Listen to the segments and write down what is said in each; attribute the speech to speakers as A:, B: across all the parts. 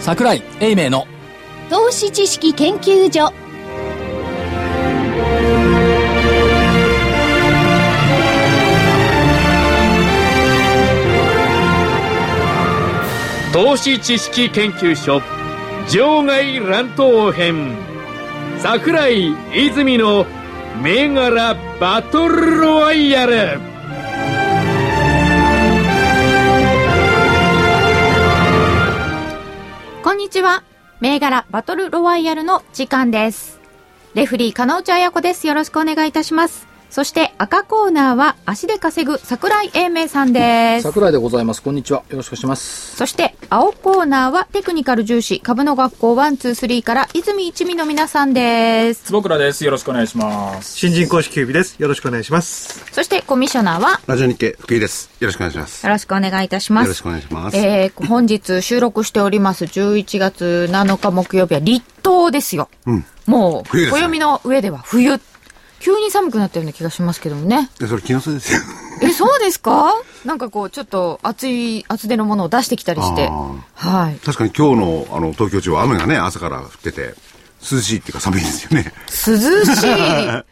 A: 桜井英明の
B: 投資知識研究所
C: 投資知識研究所場外乱闘編桜井泉の銘柄バトルロワイヤル
D: こんにちは。銘柄バトルロワイヤルの時間です。レフリー、金内彩子です。よろしくお願いいたします。そして赤コーナーは足で稼ぐ桜井英明さんです。
E: 桜井でございます。こんにちは。よろしくお願いします。
D: そして青コーナーはテクニカル重視株の学校123から泉一味の皆さんです。
F: 坪倉です。よろしくお願いします。
G: 新人公式キュービです。よろしくお願いします。
D: そしてコミッショナーは
H: ラジオ日経福井です。よろしくお願いします。
D: よろしくお願いいたし
H: よ
D: ま
H: ろし
D: す
H: く。お願いします。
D: えー、本日収録しております11月7日木曜日は立冬ですよ。
H: うん。
D: もう、
H: 冬ですね
D: 暦の上では冬。急に寒くなったような気がしますけどもね。
H: でそれ気のせいですよ。
D: え、そうですかなんかこう、ちょっと厚い、厚手のものを出してきたりして
H: あー。
D: はい。
H: 確かに今日のあの東京地方は雨がね、朝から降ってて、涼しいっていうか寒いですよ ね。
D: 涼しい。ちょ、ちょ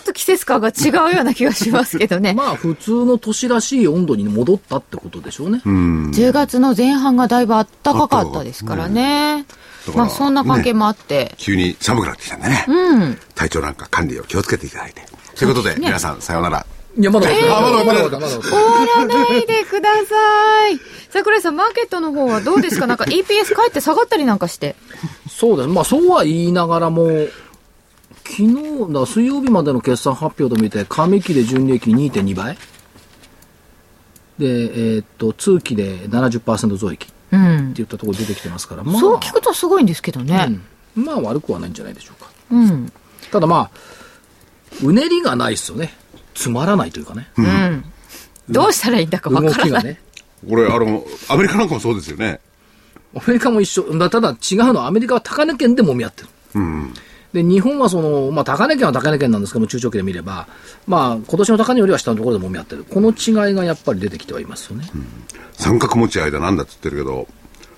D: っと季節感が違うような気がしますけど ね。
A: まあ普通の年らしい温度に戻ったってことでしょうね、
D: 10月の前半がだいぶ暖かかったですからね。
H: だから
D: まあ、そんな関係もあって。
H: 急に寒くなってきたんでね。
D: うん。
H: 体調なんか管理を気をつけていただいて。ということで、皆さんさようなら。
A: いやまだ分かんない
H: あま
E: ま
H: だま
E: だまだ
H: だまだ
E: まだ。
D: 終わらないでください。桜井さん、マーケットの方はどうですかなんか EPS 帰って下がったりなんかして。
A: そうです。まあ、そうは言いながらも、昨日だ、水曜日までの決算発表と見て、上期で純利益2.2倍。で、えーっと、通期で70%増益って
D: うん。
A: 言ったところ出てきてますから、まあ、
D: そう聞くとすごいんですけどね。
A: うんまあ悪くはないんじゃないでしょうか。
D: うん。
A: ただまあ、うねりがないですよね。つまらないというかね。
D: うん。どうしたらいいんだかわ
A: 動
D: から
A: き
D: な
A: が
D: い。
A: ね。
H: これ、あの、アメリカなんかもそうですよね。
A: アメリカも一緒。だただ違うのはアメリカは高値圏で揉み合ってる。
H: うん。
A: で日本はその、まあ、高値圏は高値圏なんですけども、中長期で見れば、まあ今年の高値よりは下のところでもみ合ってる、この違いがやっぱり出てきてはいますよね。
H: 三角持ち合いだなんだって言ってるけど、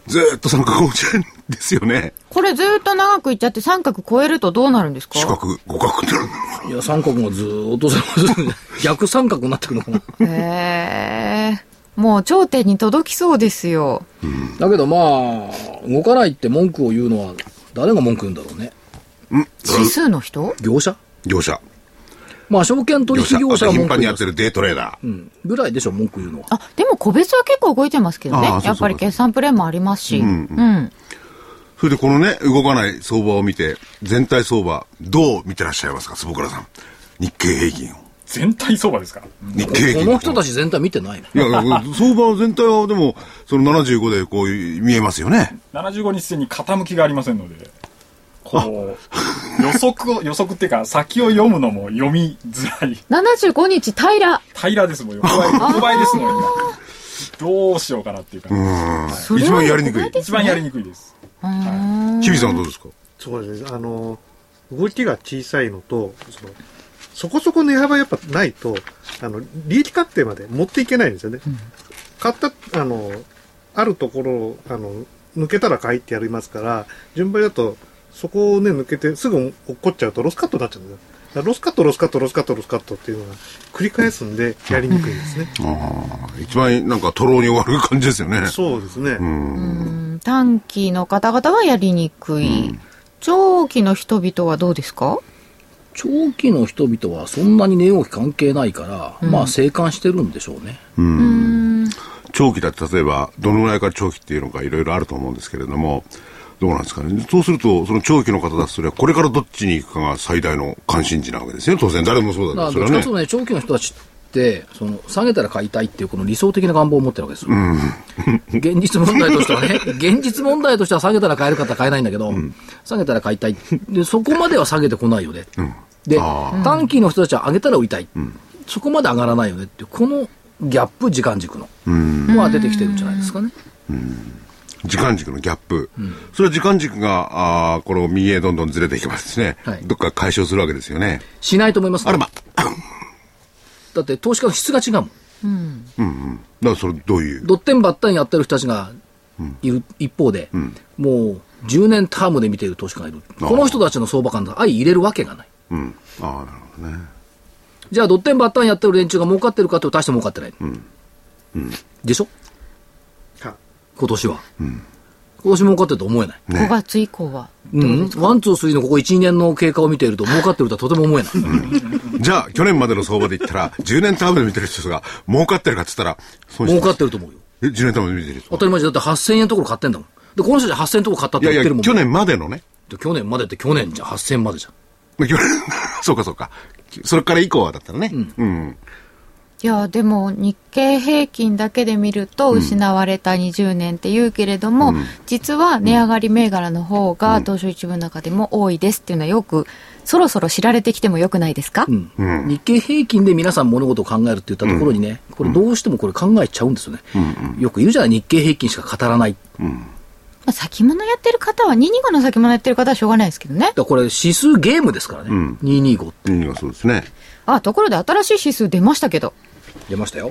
H: ずーっと三角持ち合いですよね。
D: これずっと長くいっちゃって三角超えるとどうなるんですか
H: 四角、五角ってなるのか
A: いや、三角がずーっと 逆三角になってくるのかな。
D: へえ。もう頂点に届きそうですよ。
A: だけどまあ、動かないって文句を言うのは、誰が文句言うんだろうね、
H: な。うん。それは
D: 指数の人
A: 業者
H: 業者。
A: まあ、証券取
H: 業
A: 引
H: 者。
A: 業
H: あ
A: 者
H: と
A: は
H: 頻
A: 文句
H: 繁
A: 言
H: に
A: い
H: や
A: ま
H: っ
A: す
H: てるデートレーダー。
A: うん、ぐらいでしょ、文句言うのは。
D: あ、でも個別は結構動いてますけどね
H: ああそう。そう
D: やっぱり決算プレーもありますし。うん、
H: それでこのね、動かない相場を見て、全体相場、どう見てらっしゃいますか、坪倉さん。日経平均を。
F: 全体相場ですから。
H: 日経平
A: こ
H: 均
A: の人たち全体見てないの
H: いや、相場全体はでも、その75でこう見えますよね。
F: 75日線に傾きがありませんので、こう、予測を、予測っていうか、先を読むのも読みづらい。
D: 75日平ら。
F: 平らですもん、横ばい、横ばいですもん、今。どうしようかなっていうか、
D: それ
H: 一
D: は
H: 番やりにくい。
F: 一番やりにくいです。
H: 日比さんはどうですか
G: そうですね。あの、動きが小さいのと、そのそこそこ値幅やっぱないと、あの、利益確定まで持っていけないんですよね。買った、あの、あるところを、あの、抜けたら買いってやりますから、順張りだと、そこをね、抜けて、すぐ落っこっちゃうとロスカットになっちゃうんですよ。だからロスカット、ロスカット、ロスカット、ロスカットっていうのが繰り返すんで、やりにくいですね。
H: ああ、一番なんかトロに終わる感じですよね。
G: そうですね。
D: うん短期の方々はやりにくい。長期の人々はどうですか
A: 長期の人々はそんなに値動き関係ないから、まあ、静観してるんでしょうね。
H: 長期だって例えば、どのぐらいから長期っていうのかいろいろあると思うんですけれども、どうなんですかね。そうすると、その長期の方だとそれはこれからどっちに行くかが最大の関心事なわけですよね。当然、誰もそうだ
A: だ
H: け
A: から
H: ど、
A: どっちかという
H: そ
A: と
H: れはね。
A: ね、長期の人たちって、その、下げたら買いたいっていう、この理想的な願望を持ってるわけですよ。現実問題としてはね、 現実問題としては下げたら買える方買えないんだけど、下げたら買いたい。で、そこまでは下げてこないよね。で、短期の人たちは上げたら売りたい。そこまで上がらないよねっていう、このギャップ、時間軸の、は出てきてるんじゃないですかね。
H: 時間軸のギャップ。それは時間軸が、ああ、この右へどんどんずれていきますね。
A: はい
H: どっか解消するわけですよね。
A: しないと思います。
H: あらま。
A: だって投資家の質が違うもん。
H: だからそれどういう
A: ドッテンバッタンやってる人たちがいる一方で、もう10年タームで見ている投資家がいる。
H: あー
A: この人たちの相場感が相入れるわけがない。
H: うん。ああ、なるほどね。
A: じゃあ、ドッテンバッタンやってる連中が儲かってるかって言うと大して儲かってない。でしょ
G: は
A: 今年は。今年儲かってると思えない。
D: 5月以降は。
A: うん。ワン、ツー、スリーのここ1、2年の経過を見ていると儲かってるとはとても思えない。
H: じゃあ、去年までの相場で 言ったら、10年タームで見てる人が儲かってるかって言ったら、損
A: 儲かって
H: る。
A: ると思うよ。
H: え、10年タームで見てる
A: 当
H: 人。
A: たり前じゃんだって8000円ところ買ってんだもん。で、この人じゃ8000円ところ買ったっ
H: い
A: て
H: や
A: 言っ
H: い
A: てる
H: や、
A: もん。
H: 去年までのね。
A: で去年までって去年じゃん。8000円までじゃん。
H: 去年、 そうかそうか。それから以降はだったらね。うん。
D: いやでも日経平均だけで見ると失われた20年って言うけれども、実は値上がり銘柄の方が東証一部の中でも多いですっていうのはよくそろそろ知られてきてもよくないですか、
A: うん日経平均で皆さん物事を考えるって言ったところにね、これどうしてもこれ考えちゃうんですよね。よく言うじゃない、日経平均しか語らない。だか
D: まあ、先物やってる方は225の先物やってる方はしょうがないですけどね
A: らこれ指数ゲームですからね。
H: ん
A: 225って
H: うん。そうですね。
D: あところで新しい指数出ましたけど
A: 出ましたよ。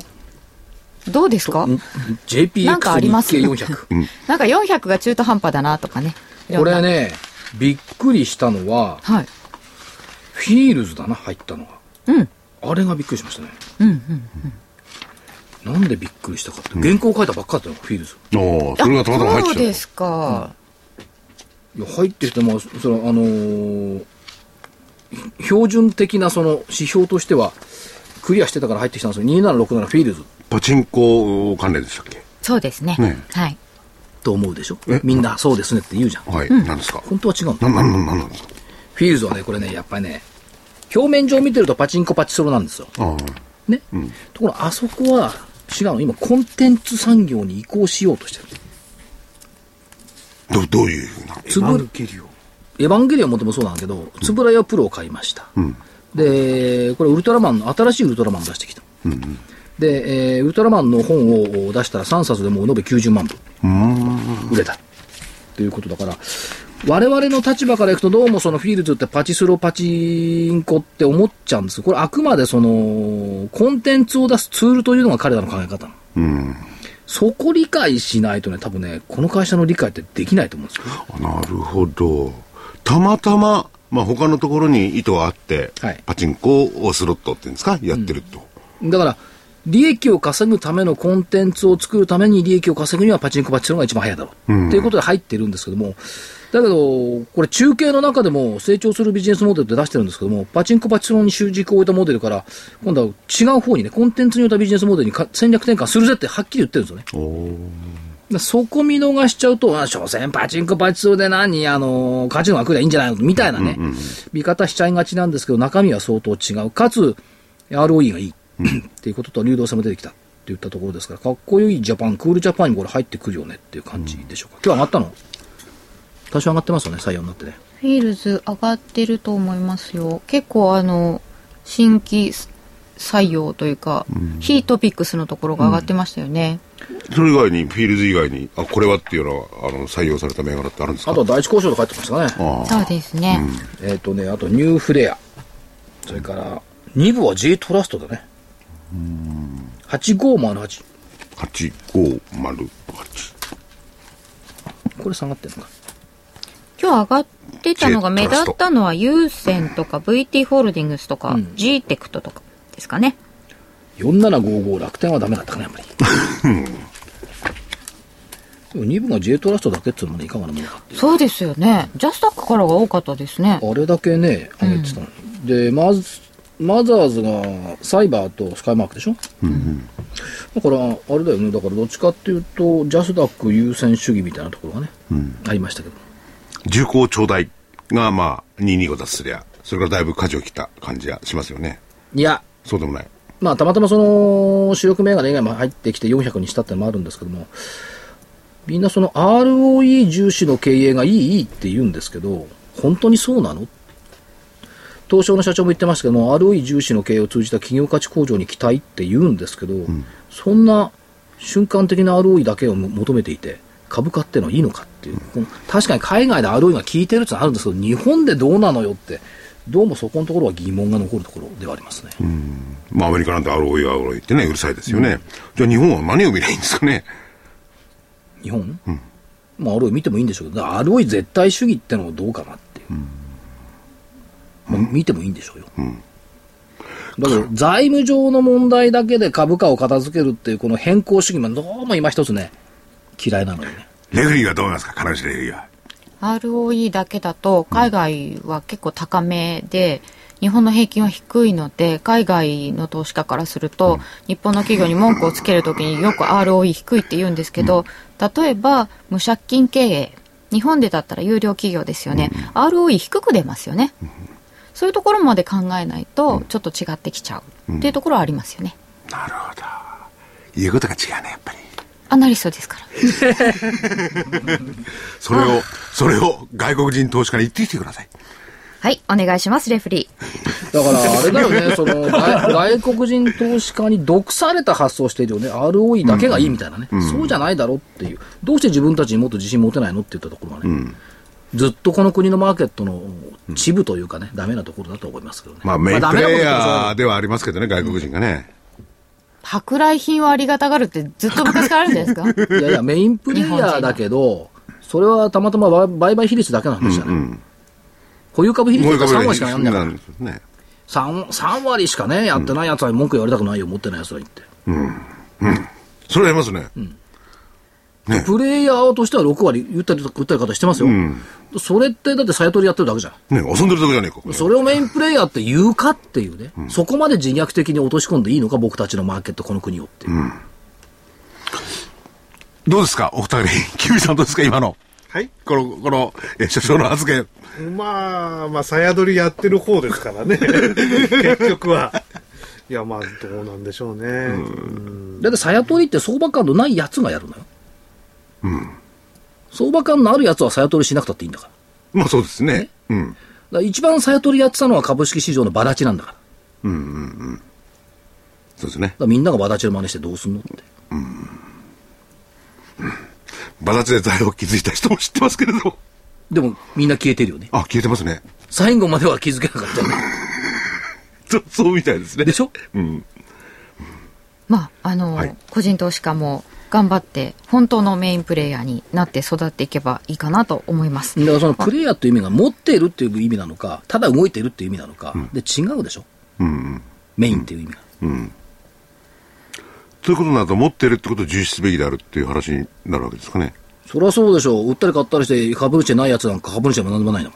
D: どうですか
A: ん JPX
D: なんかあります
A: 日経400。
D: なんか400が中途半端だなとかねいろ
A: こ
D: んな
A: れね、びっくりしたのは、
D: はい
A: フィールズだな、入ったのが。
D: うん
A: あれがびっくりしましたね。
D: うんうん
A: なんでびっくりしたかって。原稿書いたばっかだったの、フィールズ。
H: おお、
D: あ
H: それがたまたま入
D: そ
H: っ
D: う
H: て
D: で
H: き
D: すか、
A: いや入ってきてもそそれはあのーひ標準的なその指標としてはクリアしてたから入ってきたんですよ2767フィールズ
H: た。パチンコ関連でしたっけ
D: そうですね
H: ね
D: はい
A: と思うでしょ
H: え
A: みんなそうですねって言うじゃん
H: はい。何ですか
A: 本当は違うの
H: な、な、な、なんなんですか
A: フィールズはねこれねやっぱりね表面上見てるとパチンコパチソロなんですよ
H: あ
A: ね、ところがあそこは違うの今コンテンツ産業に移行しようとしてる
H: あ。ど、どういうふうな。
A: つぶエヴァンゲリオンもともそうなんだけど、つぶらやプロを買いました。で、これウルトラマンの、新しいウルトラマンを出してきた。で、えーウルトラマンの本を出したら3冊でもう延べ90万部売れた。ということだから、我々の立場からいくとどうもそのフィールズってパチスロパチンコって思っちゃうんですこれあくまでその、コンテンツを出すツールというのが彼らの考え方なの。
H: うん。
A: そこ理解しないとね、多分ね、この会社の理解ってできないと思うんですよ。
H: あなるほど。たまたま、まあ他のところに意図があって、
A: はい
H: パチンコをスロットっていうんですかやってると。
A: だから、利益を稼ぐためのコンテンツを作るために利益を稼ぐにはパチンコパチンコが一番早いだろう。っていうことで入ってるんですけども、だけど、これ中継の中でも成長するビジネスモデルって出してるんですけども、パチンコパチンコに主軸を置いたモデルから、今度は違う方にね、コンテンツに置いたビジネスモデルにか戦略転換するぜってはっきり言ってるんですよね。でそこ見逃しちゃうと、あ、所詮パチンコパチスロで何、あの、カジノが来りゃいいんじゃないのみたいなね、見方しちゃいがちなんですけど、中身は相当違う。かつ、ROE がいい。 っていうことと、流動性も出てきた。って言ったところですから、かっこいいジャパン、クールジャパンにこれ入ってくるよねっていう感じでしょうか。今日上がったの多少上がってますよね、採用になってね。
D: フィールズ上がってると思いますよ結構あの新規採用というか、ヒートピックスのところが上がってましたよね、
H: それ以外に、フィールズ以外に、あ、これはっていうのは、あの、採用された銘柄ってあるんですか
A: あとは第一交渉と書いてましたかね。
H: あ
D: そうですね、
A: えっ、とね、あとニューフレア。それから、2部は J トラストだね。8508。
H: あ、850、8。
A: これ下がってるのか。
D: 今日上がってたのが目立ったのは優先とか VT ホールディングスとか、
A: ん
D: g テクトとかですかね
A: 4755楽天はダメだったかなやっぱりでも2部が J トラストだけっつうのもねいかがなものかっていう
D: そうですよねジャスタックからが多かったですね
A: あれだけね上げてたの、でマズマザーズがサイバーとスカイマークでしょ、だからあれだよねだからどっちかっていうとジャスダック優先主義みたいなところがね、ありましたけど
H: 重工頂戴が、まあ、225だとすりゃ、それからだいぶ舵を切った感じがしますよね。
A: いや
H: そうでもない。
A: まあ、たまたまその主力銘柄以外も入ってきて400にしたってのもあるんですけども、みんなその ROE 重視の経営がいいいいって言うんですけど、本当にそうなの東証の社長も言ってましたけども、ROE 重視の経営を通じた企業価値向上に期待って言うんですけど、そんな瞬間的な ROE だけを求めていて、株価ってのはいいのかっていう、この確かに海外で ROE が効いてるってのはあるんですけど、日本でどうなのよって、どうもそこのところは疑問が残るところではありますね。
H: まあ、アメリカなんて、あろういあろういってね、うるさいですよね。じゃあ、日本は何を見ればいいんですかね。
A: 日本、まあ、アロイ見てもいいんでしょうけど、だからアロイ絶対主義ってのはどうかなっていう。まあ見てもいいんでしょうよ。だけど、財務上の問題だけで株価を片付けるっていう、この変更主義もどうも今一つね、嫌いなのよね。
H: レフリーはどうなんですか、金内レフリーは。
D: ROE だけだと海外は結構高めで、日本の平均は低いので海外の投資家からすると、日本の企業に文句をつけるときによく ROE 低いって言うんですけど、例えば無借金経営日本でだったら有料企業ですよね、ROE 低く出ますよね、そういうところまで考えないとちょっと違ってきちゃうっていうところはありますよね、
H: なるほど。言うことが違うね、やっぱり。
D: アナリストですから
H: それを、それを外国人投資家に言ってきてください。
I: はい、お願いします、レフリ
A: だから、あれだよね、その、 外外国人投資家に毒された発想してるよね。ROE だけがいいみたいなね。そうじゃないだろっていう。どうして自分たちにもっと自信持てないのって言ったところはね。ずっとこの国のマーケットの秩父というかね、ダメなところだと思いますけどね。
H: まあ、メイン
A: ダ
H: プ
A: メなこと
H: レ
A: で
H: イ
A: しょ
H: ヤーではありますけどね、外国人がね。
D: 舶来品はありがたがるってずっと昔からあるんじゃないですか
A: いやいや、メインプレイヤーだけど、それはたまたまば売買比率だけの話じゃない。保有株比率
H: 思
A: だ
H: い
A: った
H: 浮
A: ら
H: か
A: 3
H: べな
A: 割
H: い
A: しかやんないから。
H: ですよね。
A: 3, 3割しかね、やってないやつは文句言われたくないよ、持ってないやつは言って。
H: それありますね。ね
A: プレイヤーとしては6割言ったり、言ったり方してますよ。それってだってサイトでやってるだけじゃん。
H: ね遊んでるとこじゃねえか、これ
A: それをメインプレイヤーって言うかっていうね、そこまで自虐的に落とし込んでいいのか、僕たちのマーケット、この国をっていう。
H: どうですか、お二人。 キミさんどうですか、今の。
G: はい。
H: この、この、え社長の発言。
G: まあ、まあ、さやどりやってる方ですからね。結局は。いや、まあ、どうなんでしょうね。うん
A: だって、さやとりって相場感のないやつがやるのよ。相場感のあるやつはさやとりしなくたっていいんだから。だ
H: まあそうですね。うん。
A: から一番さやとりやってたのは株式市場のバダチなんだから。だか
H: そうですね。
A: らみんながバダチの真似してどうすんのって。
H: バザチで財を築いた人も知ってますけれど。
A: でも、みんな消えてるよね。
H: あ、消えてますね。
A: 最後までは気づけなかったよね。
H: そう、そうみたいですね。
A: でしょ
H: うん。
D: まああの、
H: はい
D: 個人投資家も頑張って本当のメインプレイヤーになって育っていけばいいかなと思います
A: だからそのプレイヤーという意味が持っているっていう意味なのか、ただ動いているっていう意味なのか、で違うでしょ、
H: うん。
A: メインっていう意味が。
H: ということになると、持ってるってことを重視すべきであるっていう話になるわけですかね。
A: そりゃそうでしょう、売ったり買ったりして、株主でないやつなんか株主でもなんでもないの。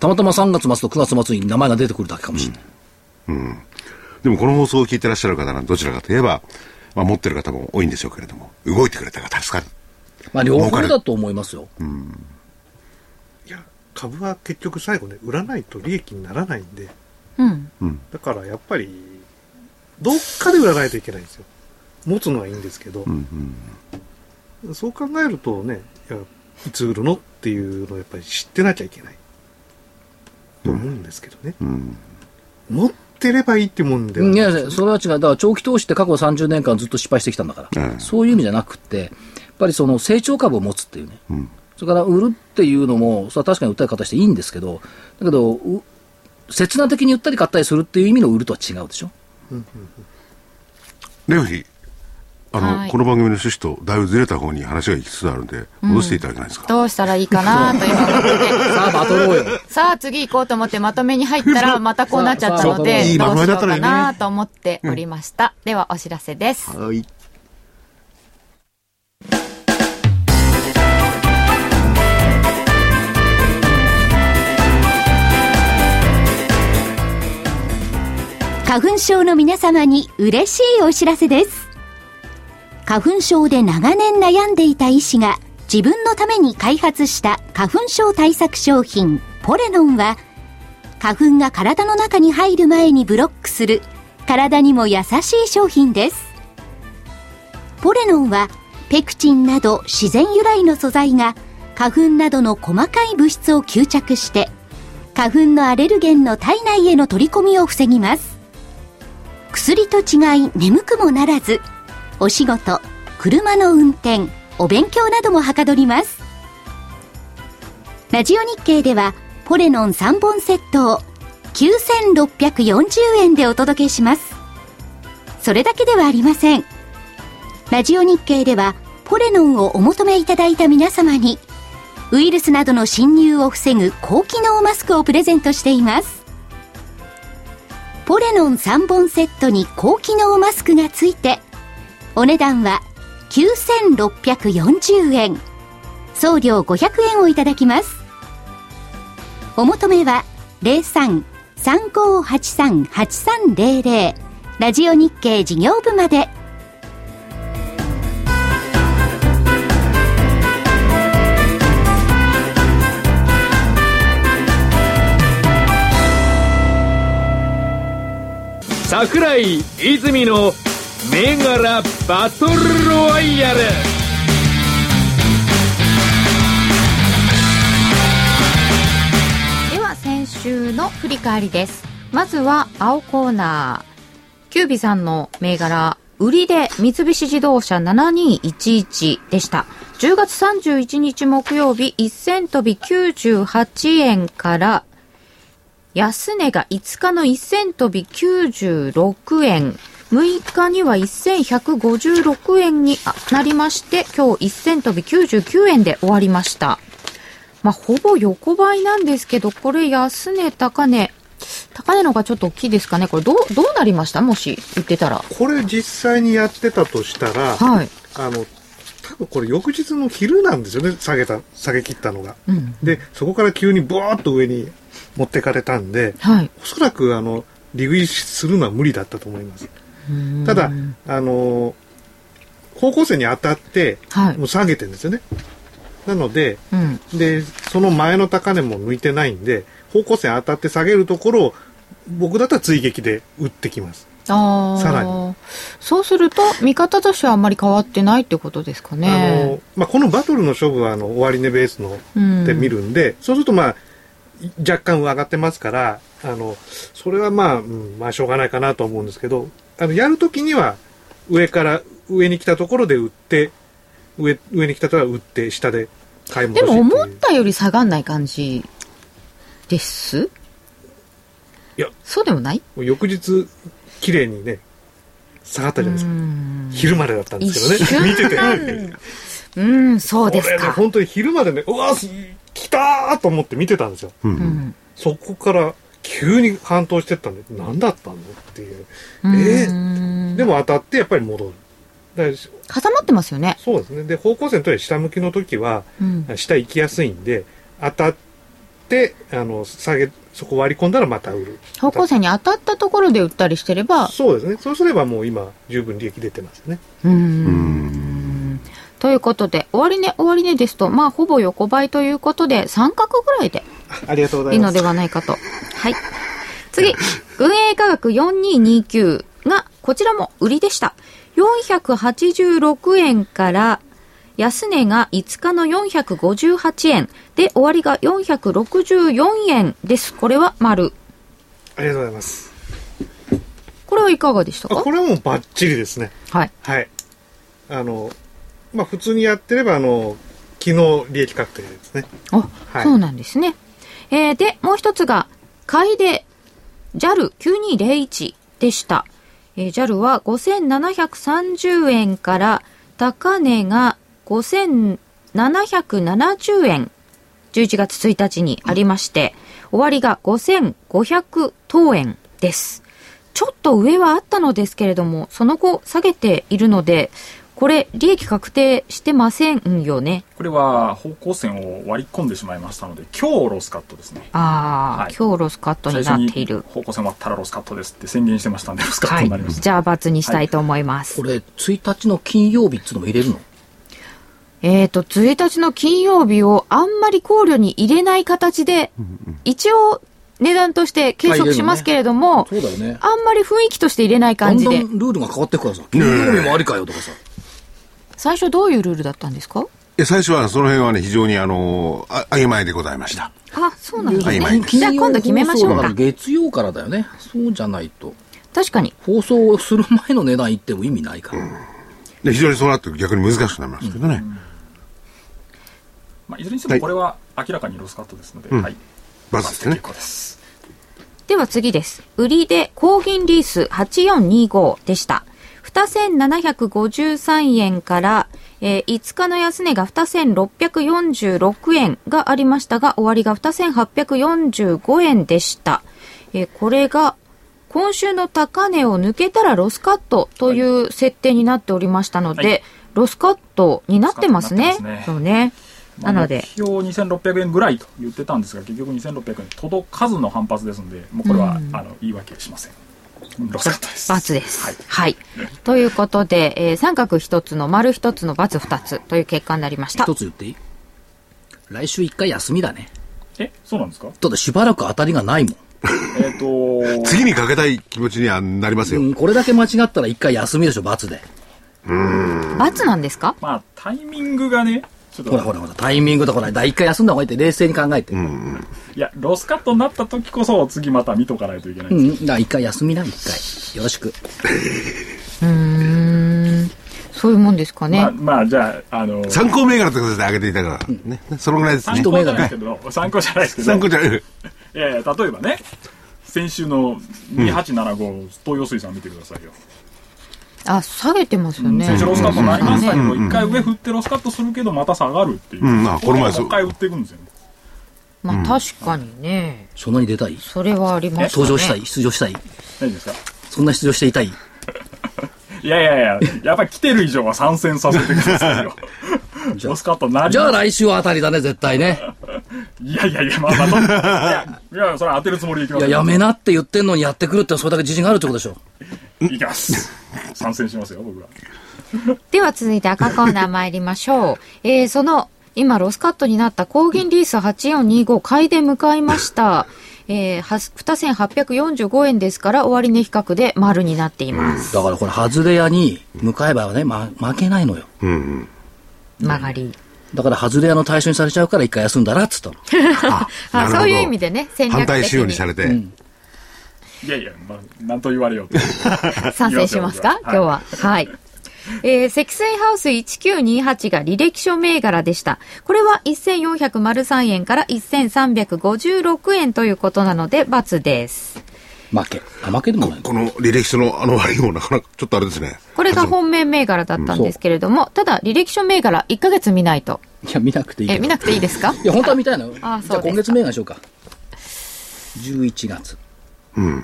A: たまたま3月末と9月末に名前が出てくるだけかもしれない。
H: でもこの放送を聞いてらっしゃる方はどちらかといえば、まあ持ってる方も多いんでしょうけれども、動いてくれた方助かる。
A: まあ、両方だと思いますよ。
G: いや、株は結局最後ね、売らないと利益にならないんで。
D: うん
G: だから、やっぱり、どっかで売らないといけないんですよ。持つのはいいんですけど。そう考えるとね、いや、いつ売るのっていうのをやっぱり知ってなきゃいけない。と思うんですけどね。持ってればいいってもんではない
A: いやいや、それは違う。だから長期投資って過去30年間ずっと失敗してきたんだから、
H: うん
A: そういう意味じゃなくて、やっぱりその成長株を持つっていうね、
H: ん
A: それから売るっていうのも、それは確かに売ったり買ったりしていいんですけど、だけど、う刹那的に売ったり買ったりするっていう意味の売るとは違うでしょ。
H: レフリー、あ
D: は
H: の、
D: い
H: この番組の趣旨とだいぶずれた方に話が行きつつあるんで、戻していただけないですか。
D: どうしたらいいかなと今思 って
A: さあ、バトろうよ。
D: さあ次行こうと思ってまとめに入ったらまたこうなっちゃったの
A: さあ
D: で
H: いいま
D: ど
H: と
D: う
H: め
D: し
H: だ
D: よ
H: っ
D: う
H: たの
D: か
H: にね
D: なと思っておりましたではお知らせです
H: はい。
B: 花粉症の皆様に嬉しいお知らせです。花粉症で長年悩んでいた医師が自分のために開発した花粉症対策商品ポレノンは花粉が体の中に入る前にブロックする体にも優しい商品です。ポレノンはペクチンなど自然由来の素材が花粉などの細かい物質を吸着して花粉のアレルゲンの体内への取り込みを防ぎます薬と違い眠くもならずお仕事車の運転お勉強などもはかどりますラジオ日経ではポレノン3本セットを9640円でお届けしますそれだけではありませんラジオ日経では、ポコレノンをお求めいただいた皆様にウイルスなどの侵入を防ぐ高機能マスクをプレゼントしていますポレノン3本セットに高機能マスクがついてお値段は9640円送料500円をいただきますお求めは03-3583-8300ラジオ日経事業部まで
C: 桜井泉の銘柄バトルロワイヤル
D: では先週の振り返りですまずは青コーナーキュービさんの銘柄売りで三菱自動車7211でした10月31日木曜日1000飛び98円から安値が5日の1000飛び96円6日には1156円にあなりまして今日1000飛び99円で終わりましたまあ、ほぼ横ばいなんですけど、これ安値、高値、高値の方がちょっと大きいですかね。これどう、どうなりましたもし言ってたら。
G: これ実際にやってたとしたら、
D: はい。
G: あの、多分これ翌日の昼なんですよね、下げた、下げ切ったのが。
D: うん。
G: で、そこから急にブワーッと上に持ってかれたんで、
D: はい。
G: おそらく、あの、利食いするのは無理だったと思います。ただ、あの、方向性に当たって、
D: はい
G: もう下げてるんですよね。なので、
D: うん。
G: で、その前の高値も抜いてないんで、方向性当たって下げるところを、僕だったら追撃で打ってきます。
D: ああ。
G: さらに。
D: そうすると、見方としてはあんまり変わってないってことですか
G: あ
D: ね
G: の。まあ、このバトルの勝負はあの終値ベースの
D: うん
G: で見るんで、そうすると、まあ、若干上がってますからあのそれは、まあうんまあ、しょうがないかなと思うんですけどあのやるときには上から上に来たところで売って上上に来たところは売って下で買い戻
D: で
G: し
D: も
G: っていう
D: 思ったより下がんない感じです
G: いや
D: そうでもない
G: もう翌日綺麗にね下がったじゃないですか、昼までだったんですけどね
D: 一瞬
G: 見てて
D: うん、そうです
G: これね
D: か。
G: 本当に昼までねうわす来たーと思って見てたんですよ
H: うん
D: うん。
G: そこから急に反動してったんで、何だったのっていう。え
D: うん
G: でも当たってやっぱり戻る。だから
D: 挟まってますよね。
G: そうですね。で、方向線とりあえず下向きの時は、
D: うん。
G: 下行きやすいんで、当たって、あの、下げ、そこ割り込んだらまた売る。
D: 方向性に当たったところで売ったりしてれば、
G: そうですね。そうすればもう今、十分利益出てますね。
D: う。
H: うんん
D: ということで、終値終値ですと、まあ、ほぼ横ばいということで、三角ぐらいで
G: ありがとうご
D: いいのではないかと。はい。次、軍営科学4229が、こちらも売りでした。486円から、安値が5日の458円で、終わりが464円です。これは丸。
G: ありがとうございます。
D: これはいかがでした
G: あ、
D: か
G: これはもうバッチリですね。
D: はい。
G: はい。あの、まあ、普通にやってれば、あの、昨日利益確定ですね。
D: あ、
G: はい
D: そうなんですね。えーで、もう一つが、買いで JAL9201 でした。えー JAL は5730円から、高値が5770円、11月1日にありまして、終わりが5500等円です。ちょっと上はあったのですけれども、その後下げているので、これ、利益確定してませんよね。
F: これは方向線を割り込んでしまいましたので今日ロスカットですね
D: ああ、
F: はい
D: 今日ロスカットになっている。
F: 方向線割ったらロスカットですって宣言してましたんでロスカッ
D: は
F: ト
D: い
F: になりまし。た、
D: じゃあ、罰にしたいと思います。
A: これ、1日の金曜日っつうのも入れるの
D: えっ、と、1日の金曜日をあんまり考慮に入れない形で、一応、値段として計測しますけれども、
A: そうだよね。
D: あんまり雰囲気として入れない
A: だ
D: 感
A: ん
D: じ
A: だ
D: で。
A: んルールが変わってくからさ、金曜日もありかよとかさ。
D: 最初どういうルールだったんですか
H: え最初はその辺はね非常にあのあ曖昧でございました
D: あ、そうなんです
H: 曖昧
D: ね
H: で。す
D: じゃあ今度決めましょう
A: 金曜放送だ
D: か
A: ら。月曜からだよね。そうじゃないと。
D: 確かに。
A: 放送する前の値段言っても意味ないから。
H: で非常にそうなって逆に難しくなりますけどね、
F: まあ、いずれにしてもこれは明らかにロスカットですので、
H: ん
F: はい
H: バツですね
F: 結構です
D: では次です。売りで高銀リース8425でした。 2753円から、えー5日の安値が2646円がありましたが、終わりが2845円でした。えーこれが、今週の高値を抜けたらロスカットという設定になっておりましたので、
F: はい
D: ロスカットになってますね
F: ロス。カットになって
D: そ
F: ますね
D: うね。なので
F: 目、標2600円ぐらいと言ってたんですが結局2600円届かずの反発ですのでもうこれは、あの言い訳はしませんロスカットです
D: ×です。
F: はい
D: はい。ということで、えー三角一つの丸一つの×二つという結果になりました
A: 一。つ言っていい来週一回休みだね。
F: えそうなんですか
A: ただしばらく当たりがないもん。
F: えっ、と
H: 次にかけたい気持ちにはなりますよ。
A: うん、これだけ間違ったら一回休みでしょ、罰で。
D: ×なんですか
F: まあタイミングがねちょっと
A: ほらほらほら、タイミングとかない。だ一回休んだ方がいいって、冷静に考えて。うん、
F: いやロスカットになった時こそ次また見とかないといけないん
A: う
F: です、
A: ん、だから一回休みな、一回。よろしく。
D: そういうもんですかね。
F: まあ、まあじゃああの
H: 参考銘柄って形で上げていたから、ね。そのぐらいです
F: 参
H: ね。
F: 考じゃないですけど参考じゃないですけど
H: 参考じゃない。
F: いやいや例えばね先週の2875、東洋水産見てくださいよ、
D: あ、下げてますよね。
F: 先週ロスカットになりましたけど、一回上振ってロスカットするけど、また下がるっていう、
H: うんあこの前そう
F: もう一回売っていくんですよね。
D: まあ確かにね、
A: そんなに出たい
D: それはありますね。
A: 登場したい出場したい
F: 大丈夫ですか
A: そんな出場していたい
F: いやいやいや、やっぱり来てる以上は参戦させてくださいよ。ロスカットなり
A: じゃあ来週は当たりだね、絶対ね。
F: いやいやいや、まあまあ、いやいや、それ当てるつもりでいきま
A: い
F: す
A: や、
F: よ。
A: やめなって言ってんのにやってくるってのはそれだけ自信があるってことでしょ。
F: いきます。参戦しますよ、僕は。
D: では続いて赤コーナー参りましょう。 えー、その、今ロスカットになった高銀リース8425買いで向かいました。えー、は2845円ですから終値比較で丸になっています。
A: だからこれ、外れ屋に向かえばね、ま、負けないのよ。
D: 曲がり。
A: だから、外れ屋の対象にされちゃうから一回休んだらっつったの。
D: あ
H: なるほ
D: そ
H: ど
D: ういう意味でね、戦略
H: 反
D: 的に
H: 対仕様にされて。
F: いやいや、まあ、なんと言われようって。
D: 参戦しますか
F: い
D: 今
F: きます
D: 日
F: よ
D: は。はい。えー、積水ハウス1928が履歴書銘柄でした。これは1403円から1356円ということなので、×です。
A: 負け。あ、負けでもない。
H: この履歴書のあの割りもなかなかちょっとあれですね。
D: これが本命銘柄だったんですけれども、ただ履歴書銘柄1ヶ月見ないと。
A: いや、見なくていいけ
D: え、
A: ど。
D: 見なくていいですか
A: いや、本当は見たいのよ。じゃ
D: あ
A: あ
D: そうですか
A: 今月銘柄にしようか。11月。
D: えー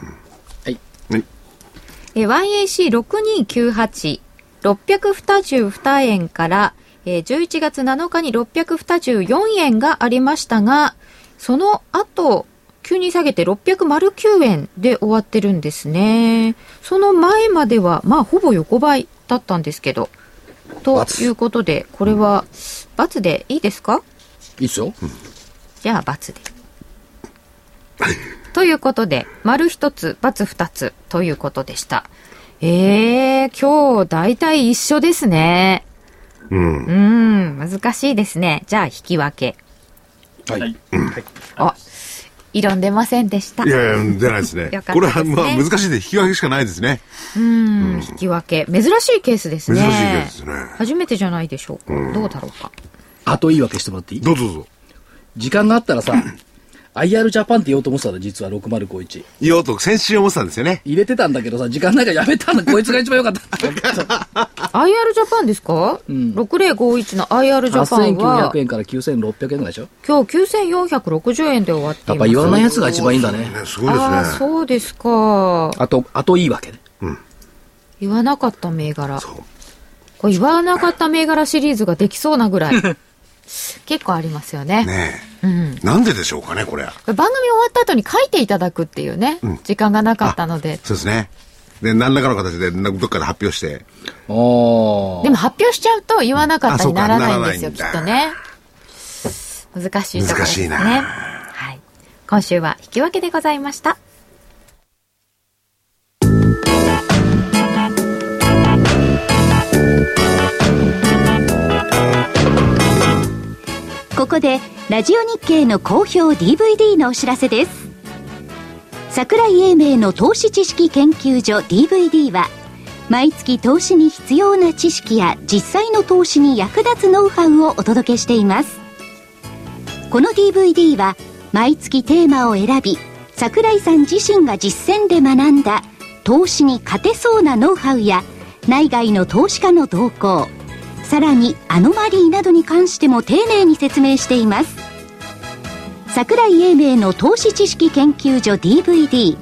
D: YAC6298、622円から、えー11月7日に624円がありましたが、その後、急に下げて609円で終わってるんですね。その前までは、まあ、ほぼ横ばいだったんですけど。と
A: 罰
D: いうことで、これは、罰でいいですか
A: いいっすよ。
D: じゃあ、×で。ということで、丸一つ、×二つということでした。えー、今日大体一緒ですね。
H: うん。
D: うーん、難しいですね。じゃあ、引き分け。
A: はい
F: はい
D: あ、色んでませんでした。
H: いうやいや、出ないですね。
D: よかったですね
H: これは、まあ、難しいんで引き分けしかないですね。
D: ーん、引き分け。珍しいケースです
H: 珍
D: ね。
H: しいけどですね。
D: 初めてじゃないでしょうか。どうだろうか。
A: あと言い訳してもらっていい
H: どうぞどうぞ。
A: 時間があった らさ、IR ジャパンって言おうと思ってたの、実は6051。
H: 言おうと、先週思ってたんですよね。
A: 入れてたんだけどさ、時間ないからやめたの、こいつが一番良か った。
D: IR ジャパンですか、?6051 の IR ジャパンは
A: 8900、円から9600円ぐらいでしょ
D: 今日9460円で終わって
A: やっ
D: い
A: ぱ
D: ます。
A: 言わないやつが一番いいんだね。
H: ねすごいですね
D: ああ。そうですか
A: あと、あといいわけね。
D: 言わなかった銘柄
H: そう
D: これ言わなかった銘柄シリーズができそうなぐ らい結構ありますよね
H: ね
D: うん
H: え。なんででしょうかね、これ。
D: 番組終わった後に書いていただくっていうね、時間がなかったので
H: そうですね。で、何らかの形で、などっかで発表して。
A: あー
D: でも発表しちゃうと言わなかったにならないんですよ
H: あ
D: き
H: そう
D: っ
H: か
D: とね難しいところですね
H: 難しいな
D: はい、今週は引き分けでございました
B: ここでラジオ日経の好評 DVD のお知らせです桜井英明の投資知識研究所 DVD は毎月投資に必要な知識や実際の投資に役立つノウハウをお届けしていますこの DVD は毎月テーマを選び桜井さん自身が実践で学んだ投資に勝てそうなノウハウや内外の投資家の動向さらにアノマリーなどに関しても丁寧に説明しています桜井英明の投資知識研究所 DVD1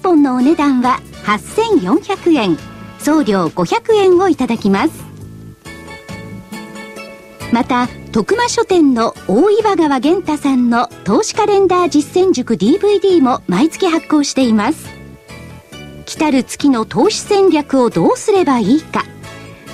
B: 本のお値段は8400円送料500円をいただきますまた徳間書店の大岩川源太さんの投資カレンダー実践塾 DVD も毎月発行しています来たる月の投資戦略をどうすればいいか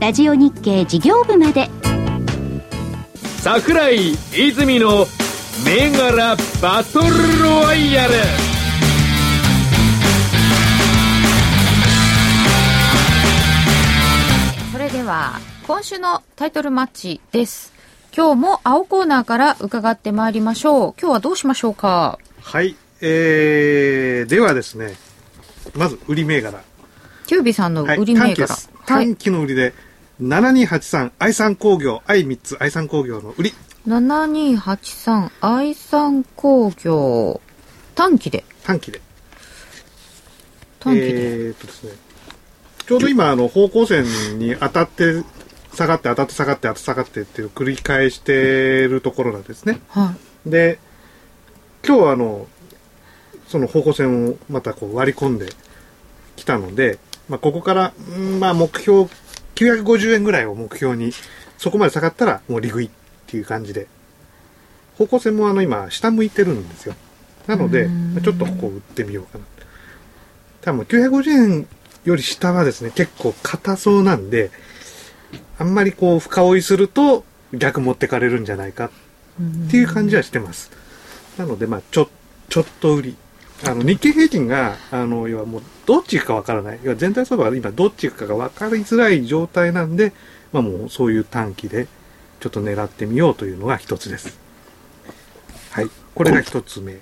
B: ラジオ日経事業部まで
C: 桜井泉の銘柄バトルロワイヤル
J: それでは今週のタイトルマッチです今日も青コーナーから伺ってまいりましょう今日はどうしましょうか
G: はい。えー、ではですね、まず売り銘柄。
J: キュービーさんの
G: はい
J: 売り銘
G: 短期で
J: 柄
G: す
J: はい、
G: 短期の売りで、7283、愛産工業、愛3つ、愛産工業の売り。
J: 7283愛産工業短期で
G: 短期で。
J: 短期で、
G: えーっとですね、ちょうど今、あの、方向線に当たって、下がって、当たって、下がって、当たって、下がってっていう繰り返してるところなんですね。
J: はい
G: で、今日はあの、その方向線をまたこう割り込んできたので、まあ、ここから、うんまあ、目標、950円ぐらいを目標に、そこまで下がったらもう利食いっていう感じで、方向線もあの今、下向いてるんですよ。なので、まあちょっとここを打ってみようかな。多分950円より下はですね、結構硬そうなんで、あんまりこう深追いすると逆持ってかれるんじゃないかっていう感じはしてます。なので、まあ、ちょ、ちょっと売り。あの、日経平均が、あの、要はもう、どっち行くかわからない。要は全体相場が今、どっち行くかが分かりづらい状態なんで、まあもう、そういう短期で、ちょっと狙ってみようというのが一つです。はい。これが一つ目。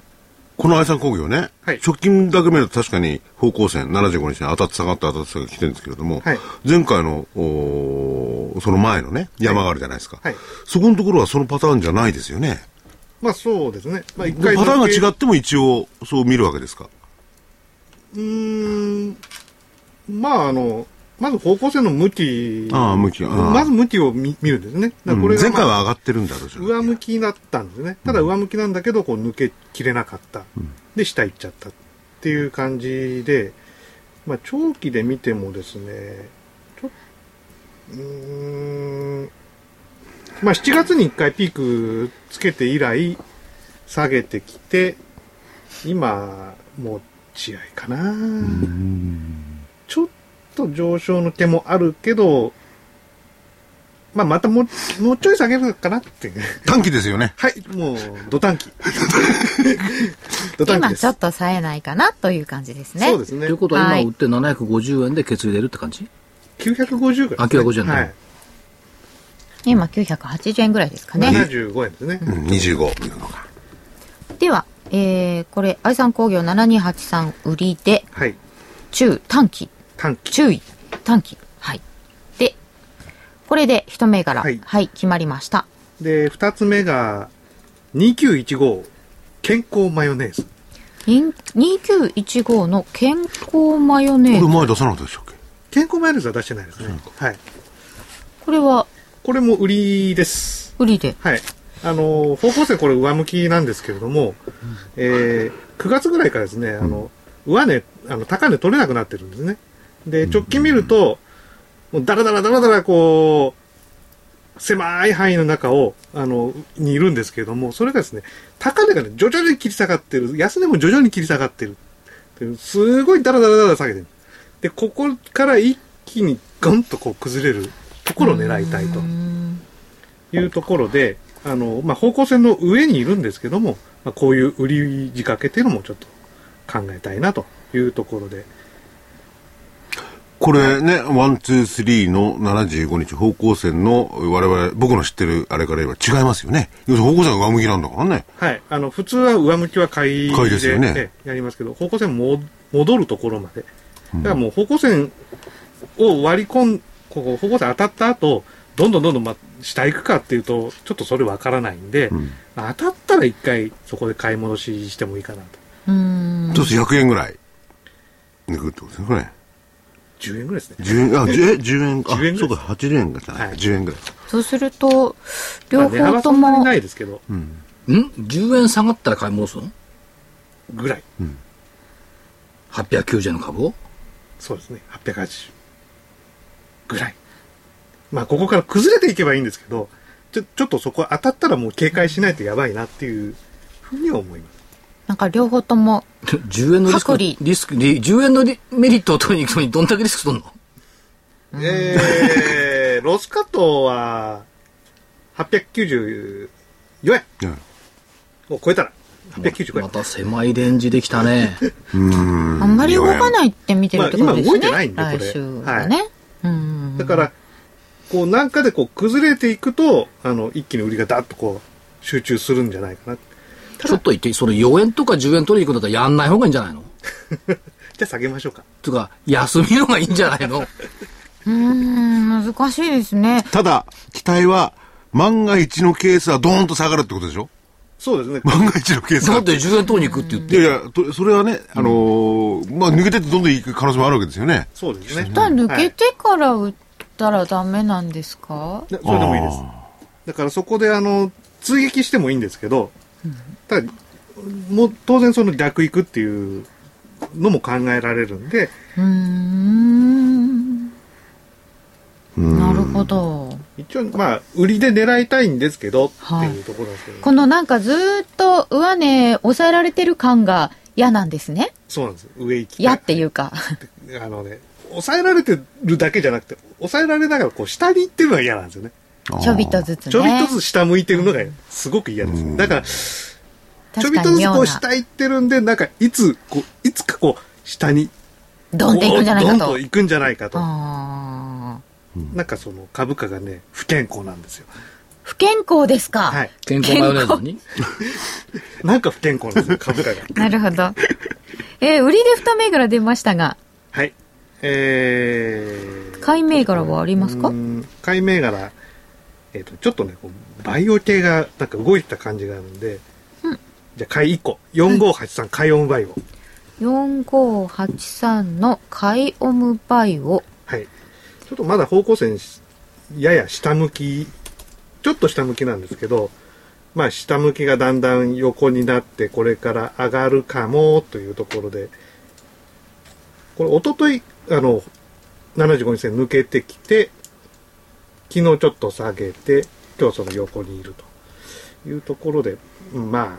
H: この愛産工業ね、
G: はい
H: 直近だけ見ると確かに方向線75日に当たって下がって当たって下がって来てるんですけれども、
G: はい
H: 前回のおーその前のね山があるじゃないですか、
G: はい
H: そこのところはそのパターンじゃないですよね
G: まあ、そうですね。まあ、一
H: パタ
G: 回だけ。
H: ーンが
G: う
H: 違っても一応そう見るわけですか
G: ーん。まあ、あの、まず方向性の向き。
H: ああ向きああ
G: まず向きを見見るんですね。だからこれが
H: 前
G: まあ
H: 回は上がってるんだろうじゃん
G: 上向きだったんですね。ただ上向きなんだけど、こう抜けきれなかった。で、下行っちゃったっていう感じで、まあ、長期で見てもですね、ちょっうーん、まあ、7月に1回ピークつけて以来、下げてきて、今、もう、血合いかな。ちょっと上昇の手もあるけど、まあ、またもう、もうちょい下げるかなっていう。
H: 短期ですよね
G: はい、もう、ド 短期。ド短期
J: 今
G: です。
J: ちょっと冴えないかなという感じですね
G: そうです
A: と
G: ね
A: いう。ことは
J: はい
A: 今売って750円で決入れるって感じ
G: 950ぐらいですね、
A: あ950円
G: はい。
J: 今980円ぐらいですかね
G: 75円ですね。
H: うん25見るのが
J: では、えー、これ愛産工業7283売りで
G: はい。
J: 中短期
G: 短期。
J: 注意短期はいでこれで一銘柄は
G: はいい、
J: 決まりました
G: で、二つ目が、2915、健康マヨネーズ。
J: に2915の健康マヨネー
H: こ
J: ズ
H: れ前出さなかったでしたっけ
G: 健康マヨネーズは出してないですね。はい。
J: これは
G: これも売りです。
J: 売りで
G: はい。あの、方向性これ上向きなんですけれども、えー、9月ぐらいからですね、あの、上値、あの、高値取れなくなってるんですね。で、直近見ると、もうダラダラダラダラこう、狭い範囲の中を、あの、にいるんですけれども、それがですね、高値がね、徐々に切り下がってる、安値も徐々に切り下がってる。っていうすごいダラダラダラ下げてる。で、ここから一気にガンとこう崩れるところを狙いたいと。いうところで、あの、まあ、方向線の上にいるんですけども、まあ、こういう売り仕掛けっていうのもちょっと考えたいなというところで、
H: これね、ワン、ツー、スリーの75日方向線の我々、僕の知ってるあれから言えば違いますよね。要するに方向線が上向きなんだからね。
G: はい。あの、普通は上向きは買い
H: 買いですよね
G: ええやりますけど、方向線も戻るところまで。だからもう方向線を割り込ん、ここ方向線当たった後、どんどんどんどん、ま、下行くかっていうと、ちょっとそれわからないんで、
H: ん
G: まあ当たったら一回そこで買い戻ししてもいいかなと。
D: うん。
H: そうすると100円ぐらい。抜くってことですね、これ。
G: 10円ぐらいですね。
H: 10円、あ、10円、10円か。
G: 10円ぐ
H: そ
G: ら
H: う
G: い
H: か、80円がじゃない。
G: はい
H: 10円ぐらい。
D: そうすると、両
G: まあ値幅
D: 方と
G: そんなに
D: も
G: な、いですけど、
A: ん ?10 円下がったら買い戻すの
G: ぐらい。
A: ?890 円の株を
G: そうですね。880。ぐらい。まあ、ここから崩れていけばいいんですけど、ちょ、ちょっとそこ当たったらもう警戒しないとやばいなっていうふうには思います。
D: なんか両方とも、
A: ?10 円のリスク、
D: 剥離
A: リスク、リ10円のリメリットを取りに行くのにどんだけリスク取るの
G: えー、 ロスカットは、894円
H: うん
G: を超えたら、895円。
A: また狭いレンジできた ね。
D: あんまり動かないって見てるってことですね。
G: まあ今動いてないんでこれ
D: 来週はね。うん。
G: だから、こう、なんかでこう、崩れていくと、あの、一気に売りがダッとこう、集中するんじゃないかな。
A: ちょっと言って、その4円とか10円取りに行くんだったらやんない方がいいんじゃないの
G: じゃあ下げましょうか。
A: つうか、休みの方がいいんじゃない の
D: うーん、難しいですね。
H: ただ、期待は、万が一のケースはドーンと下がるってことでしょ
G: そうですね。
H: 万が一のケース
A: だ
H: は
A: っ。て10円取りに行くって言っ
H: い
A: て。
H: やいや、とそれはね、あのーまあ、抜けてってどんどん行く可能性もあるわけですよね。
G: そうですね。
D: 一旦抜けてから売ったらダメなんですか、
G: でそれでもいいです。だからそこで、あの、追撃してもいいんですけど、ただ、もう当然その逆行くっていうのも考えられるんで、
D: うーん。なるほど。
G: 一応、まあ、売りで狙いたいんですけど、っていうところなんですけど、
D: このなんかずーっと上値抑えられてる感が嫌なんですね。
G: そうなんです。上行き。
D: 嫌っていうか。
G: あのね、抑えられてるだけじゃなくて、抑えられながら、こう、下に行ってるのが嫌なんですよね。
D: ちょびっとずつね。
G: ちょびっとずつ下向いてるのが、すごく嫌です。だから、ちょ
D: 確
G: び
D: か
G: っとず
D: に
G: つ
D: 妙
G: こう
D: な。
G: 下行ってるんで、なんかいつ、こう、いつかこう、下に、
D: ドンっていくんじゃないか
G: ドン
D: と
G: と。行くんじゃないかと。
D: あー
G: なんかその株価がね、不健康なんですよ。
D: 不健康ですか。
G: はい。
A: 健康マヨネーズに
G: なんか不健康なん ですよ、株価が。
D: なるほど。えー売りで2銘柄出ましたが、
G: はい。えー。
D: 買い銘柄はありますか
G: うーん買い銘柄、えっ、と、ちょっとね、こうバイオ系がなんか動いてた感じがあるんで、じゃあ買い1個。4583、買いオンバイオ。
D: 4583の買いオムバイオ。
G: はい。ちょっとまだ方向線し、やや下向き、ちょっと下向きなんですけど、まあ下向きがだんだん横になって、これから上がるかもというところで、これ一昨日あの、75日線抜けてきて、昨日ちょっと下げて、今日その横にいるというところで、うんまあ、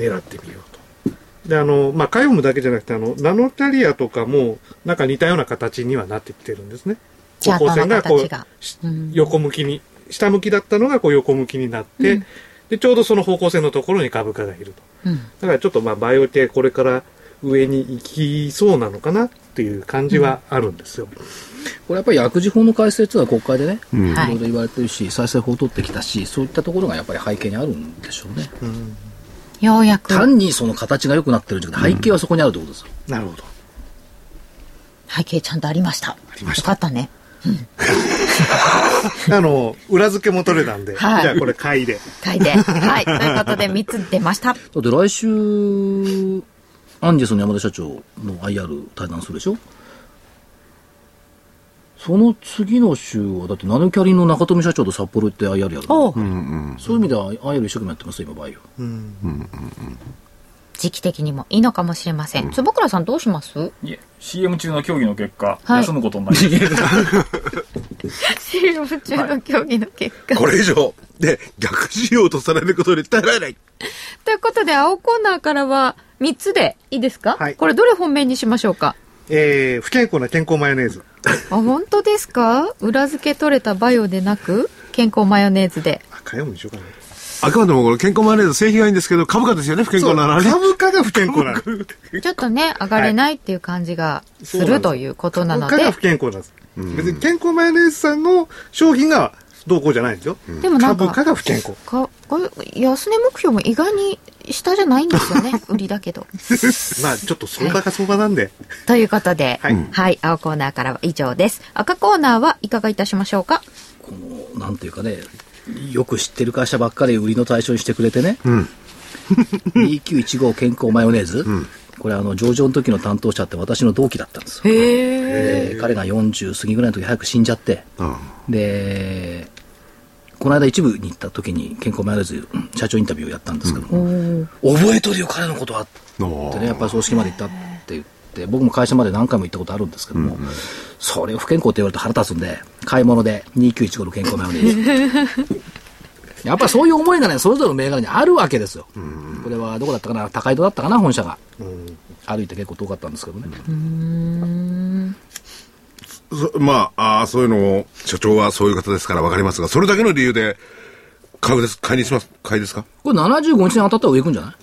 G: 狙ってみようと。で、あの、まあ、カイオムだけじゃなくて、あの、ナノキャリアとかも、なんか似たような形にはなってきてるんですね。
D: チャートの
G: こ
D: 形が
G: うし
D: うん、
G: 横向きに、下向きだったのがこう横向きになって、で、ちょうどその方向線のところに株価がいると。
D: うん。
G: だからちょっとまあ、バイオ系これから上に行きそうなのかなっていう感じはあるんですよ。
A: これやっぱり薬事法の改正っていうのは国会でね、い
D: はい
A: ろいろ言われてるし、再生法を取ってきたし、そういったところがやっぱり背景にあるんでしょうね。
D: ようやく。
A: 単にその形が良くなってるんじゃなくて、背景はそこにあるってことですよ。
G: なるほど。
D: 背景ちゃんとありました。ありました。よかったね。
G: あの、 裏付けも取れたんで、
D: はい
G: じゃあこれ買いで。
D: 書いて。はい。ということで3つ出まし
A: だっ
D: た。
A: て来週、アンジェスの山田社長の IR 対談するでしょその次の週は、だってナノキャリの中富社長と札幌行って IR やるの
D: おう
A: そういう意味では IR 一生懸命やってますよ、今、バイオ。
D: 時期的にもいいのかもしれません。坪倉さんどうします
F: いえ、CM 中の協議の結果、
D: はい
F: 休むことになりました。
D: ?CM 中の競技の結果。
H: これ以上、で、逆使用とされることに耐えられない。
D: ということで、青コーナーからは3つでいいですか、
G: はい
D: これどれ本命にしましょうか
G: えー、不健康な健康マヨネーズ。
D: あ、本当ですか裏付け取れたバイオでなく、健康マヨネーズで。
G: あ、買いもにしようかな。
H: あくまでもこれ健康マネーズ正義がいいんですけど、株価ですよね、不健
G: そ
H: 康
G: う
H: なのはね。
G: 株価が不健康なの。
D: ちょっとね、上がれないっていう感じがす
G: はいそ
D: る
G: うなんです
D: ということなの
G: 株価が
D: で
G: 不、健康なんです。別に健康マヨネーズさんの商品がどうこうじゃないんですよ。
D: でもなんか
G: 株価が 不健康。
D: かこれ安値目標も意外に下じゃないんですよ ね、売りだけど。
G: まあちょっと相場が相場なんで。
D: ということで、は、
G: はいい
D: 青コーナーからは以上です。赤コーナーはいかがいたしましょうか
A: このなんていうかねよく知ってる会社ばっかり売りの対象にしてくれてね、2915健康マヨネーズ、これあの上場の時の担当者って私の同期だったんですよで彼が40過ぎぐらいの時早く死んじゃって
H: うん
A: でこの間一部に行った時に健康マヨネーズうん社長インタビューをやったんですけども、覚えとるよ彼のことはってねやっぱり葬式まで行ったって言って僕も会社まで何回も行ったことあるんですけども、それを不健康って言われると腹立つんで買い物で2915の健康マヨネー ズやっぱりそういう思いがねそれぞれの銘柄にあるわけですよ、これはどこだったかな高井戸だったかな本社が、歩いて結構遠かったんですけどね、
H: そまあ、あーそういうのも、社長はそういう方ですからわかりますが、それだけの理由で、買うです、買いにします、買いですか
A: これ75日に当たったら上行くんじゃない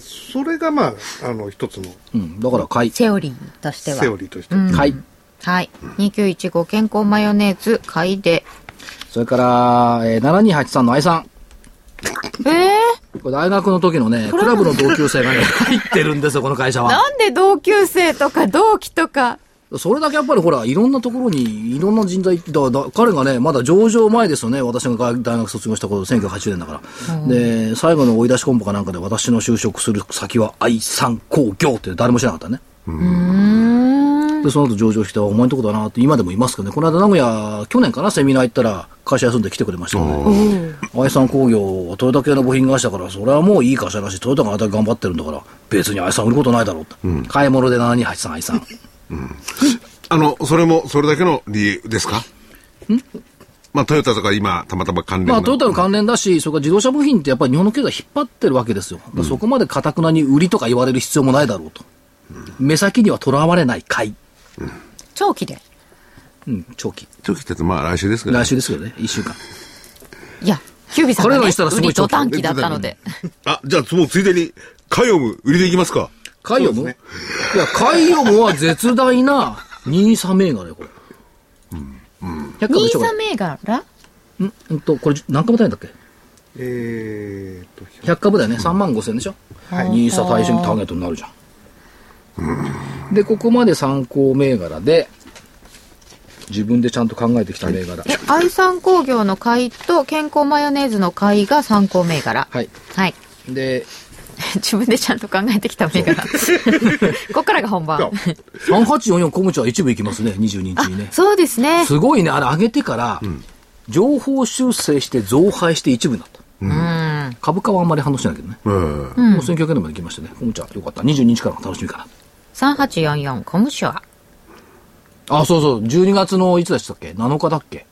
G: それがまあ、あの、一つの
A: うんだから買い
D: セオリーとしては
G: セ。オリーとして。
A: 買い、
D: はい。2915健康マヨネーズ買い で。
A: それから、えー、7283の愛さん
D: え
A: これ大学の時のねクラブの同級生がね 入ってるんですよこの会社は
D: なんで同級生とか同期とか。
A: それだけやっぱりほら、いろんなところに、いろんな人材、だだ彼がね、まだ上場前ですよね、私が大学卒業した頃、1980年だから。で、最後の追い出しコンボかなんかで、私の就職する先は愛産工業って誰も知らなかったね。で、その後上場して、お前のとこだなって今でもいますけどね、この間名古屋、去年かな、セミナー行ったら、会社休んで来てくれましたよね。愛産工業はトヨタ系の部品会社だから、それはもういい会社だし、トヨタがあれだけ頑張ってるんだから、別に愛産売ることないだろうって。買い物で7283愛産。
H: あの、それも、それだけの理由ですかんまあ、トヨタとか今、たまたま関連
A: ま
H: の
A: あ、トヨタの関連だし、それから自動車部品ってやっぱり日本の経済引っ張ってるわけですよ。だからそこまでかたくなに売りとか言われる必要もないだろうと。目先にはとらわれない買い。
D: 長期で。
A: うん、長期。
H: 長期って言うとまあ、来週ですけど、
A: 来週ですけどね、1週間。
D: いや、キュービーさん
A: こ
D: が、
A: れら
D: ね
A: にしたら、す
D: 売
A: ごい
D: りと
A: 長期
D: 短期だったので。
H: あ、じゃあ、もうついでに、買いを売りでいきますか。
A: カイオム、いや、カイオムは絶大な NISA 銘柄よ、これ。うん。うん。100株
D: ニ
A: でし
D: ー
A: ょ、こ
D: サ
A: れ。
D: 銘柄
A: うん、うんと、これ何株単位だっけ
G: えーっと、
A: 100株だよね、3万5千でしょ、ニーサ対象にターゲットになるじゃん、でここまで参考銘柄で自分でちゃんと考えてきた銘柄
D: え、愛産工業の買いと健康マヨネーズの買いが参考銘柄。
A: はい
D: はい。
A: で
D: 自分でちゃんと考えてきた銘柄。ここからが本番。
A: 3844小口は一部行きますね22日にね
D: そうですね。
A: すごいねあれ上げてから、情報修正して増配して一部になった、株価はあんまり反応しないけどね、
H: うん。
A: もう1900円まで行きましたね小口はよかった22日からが楽しみかな
D: 3844コムショア。
A: あそうそう12月のいつでしたっけ7日だっけ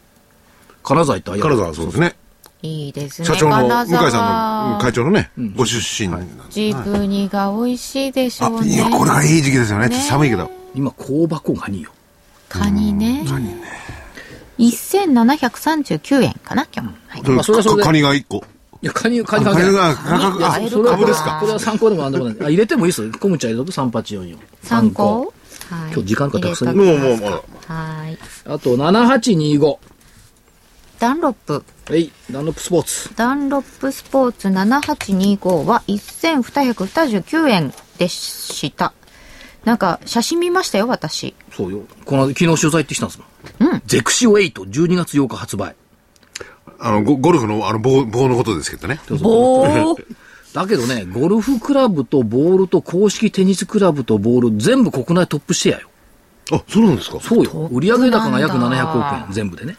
A: 金沢行ったあいや
H: 金沢はそうですね。
D: いいですね。
H: 社長の、
D: 金
H: 向井さんの、
D: 沢
H: うん会長のね、ご出身なんで。
D: ジブニが美味しいでし
H: あ
D: ょう、
H: い
D: ね
H: や、。これがいい時期ですよね。ちょっと寒いけど。
A: 今香箱ガニよ
D: カニね。1739円かな、今日も。はい
H: それ
A: まあそれはそれで
H: カニが1個。
A: いや、カニ、カニ関
H: カ
A: 係ない。
H: ニが、価格が、
D: カニ
A: それは
H: 株ですか
A: これは参考でもなんでもない。あ、入れてもいいですよ。コムチャ入れとく3844。
D: 参考はい
A: 今日時間かたくさん
D: 入れ
H: も
D: と
H: う
D: き
H: もう
D: ます
H: もう。
D: はい。
A: あと、7825。
D: ダンロップ。
A: はい、ダンロップスポーツ。
D: ダンロップスポーツ7825は1229円でした。なんか、写真見ましたよ、私。
A: そうよ。この、昨日取材行ってきたんですもん。
D: うん。
A: ゼクシオ8、12月8日発売。
H: あの、ゴゴルフの、あの、棒、棒のことですけどね。
D: おー
A: だけどね、ゴルフクラブとボールと公式テニスクラブとボール、全部国内トップシェアよ。
H: あ、そうなんですか
A: そうよ。
D: プ
A: 売上高が約
D: なんだ
A: 700億円、全部でね。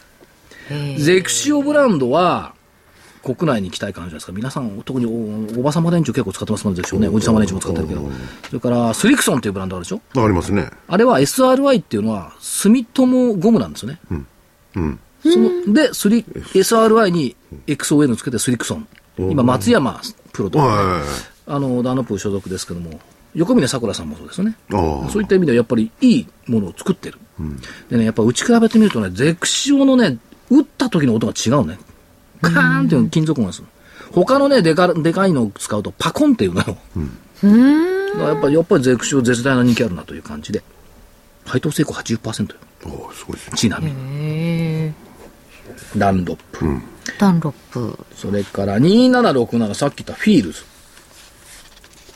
D: へー
A: ゼクシオブランドは、国内に期待感じゃないですか。皆さん、特におおばさま電柱結構使ってますもんね、ゼクシオね。おじさま電柱も使ってるけど。それから、スリクソンっていうブランドあるでしょ
H: ありますね。
A: あれは SRI っていうのは、住友ゴムなんですよね。
H: うん。
A: そので、スリ、SRI に XON をつけてスリクソン。今、松山プロとかね、
H: はい
A: あの、ダーノップ所属ですけども、横峯さくらさんもそうですよね。
H: ああ。
A: そういった意味ではやっぱりいいものを作ってる。でね、やっぱ打ち比べてみるとね、ゼクシオのね、打った時の音が違うね。カーンっていう金属音がする。他のね、でか、でかいのを使うとパコンっていうのよ。
D: うん。
A: だからやっぱり、やっぱりゼクシオ絶大な人気あるなという感じで。配当成功80%よ。
H: おーすごいですね
A: ちなみに。
J: へえ。
A: ランドップ。
J: ダンロップ、フ
A: それから2767、さっき言ったフィールズ。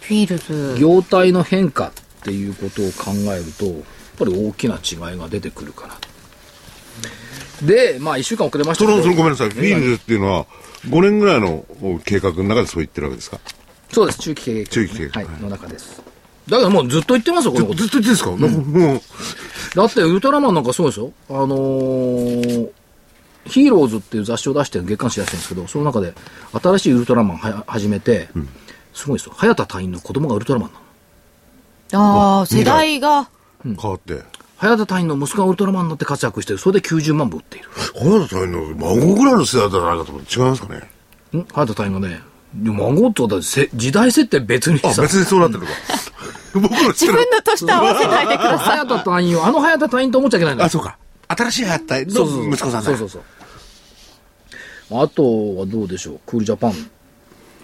J: ィールズ。
A: 業態の変化っていうことを考えると、やっぱり大きな違いが出てくるかなと。で、まあ1週間遅れました
H: そ
A: けど
H: のそのごめんなさいフィールズっていうのは5年ぐらいの計画の中でそう言ってるわけですか
A: そうです、中期経営計画
H: 中期経営計画
A: はい、の中です。だけどもうずっと言ってますよ、このこと。
H: ずっと言ってんですか、もう
A: だってウルトラマンなんかそうですよ。あのーヒーローズっていう雑誌を出して月刊誌出してるんですけど、その中で新しいウルトラマンは始めて、すごいですよ。早田隊員の子供がウルトラマンなの。
J: ああ、世代が。
H: 変わって
A: 早田隊員の息子がウルトラマンになって活躍してる。それで90万部売っている。
H: 早田隊員の孫ぐらいの世代だったらないかと思って違いますかね
A: ん早田隊員がね、孫ってことはせ時代設定別に
H: あ
A: さ、
H: 別にそうなってるのか 僕の
J: 自
H: 知ってる
J: 分の年と合わせないで ください。
A: 早田隊員を、あの早田隊員と思っちゃいけないんだよ
H: あそうか新しい早田隊
A: そうそうそ
H: の
A: う
H: 息子さんだ
A: そうそうそうあとはどうでしょうクールジャパン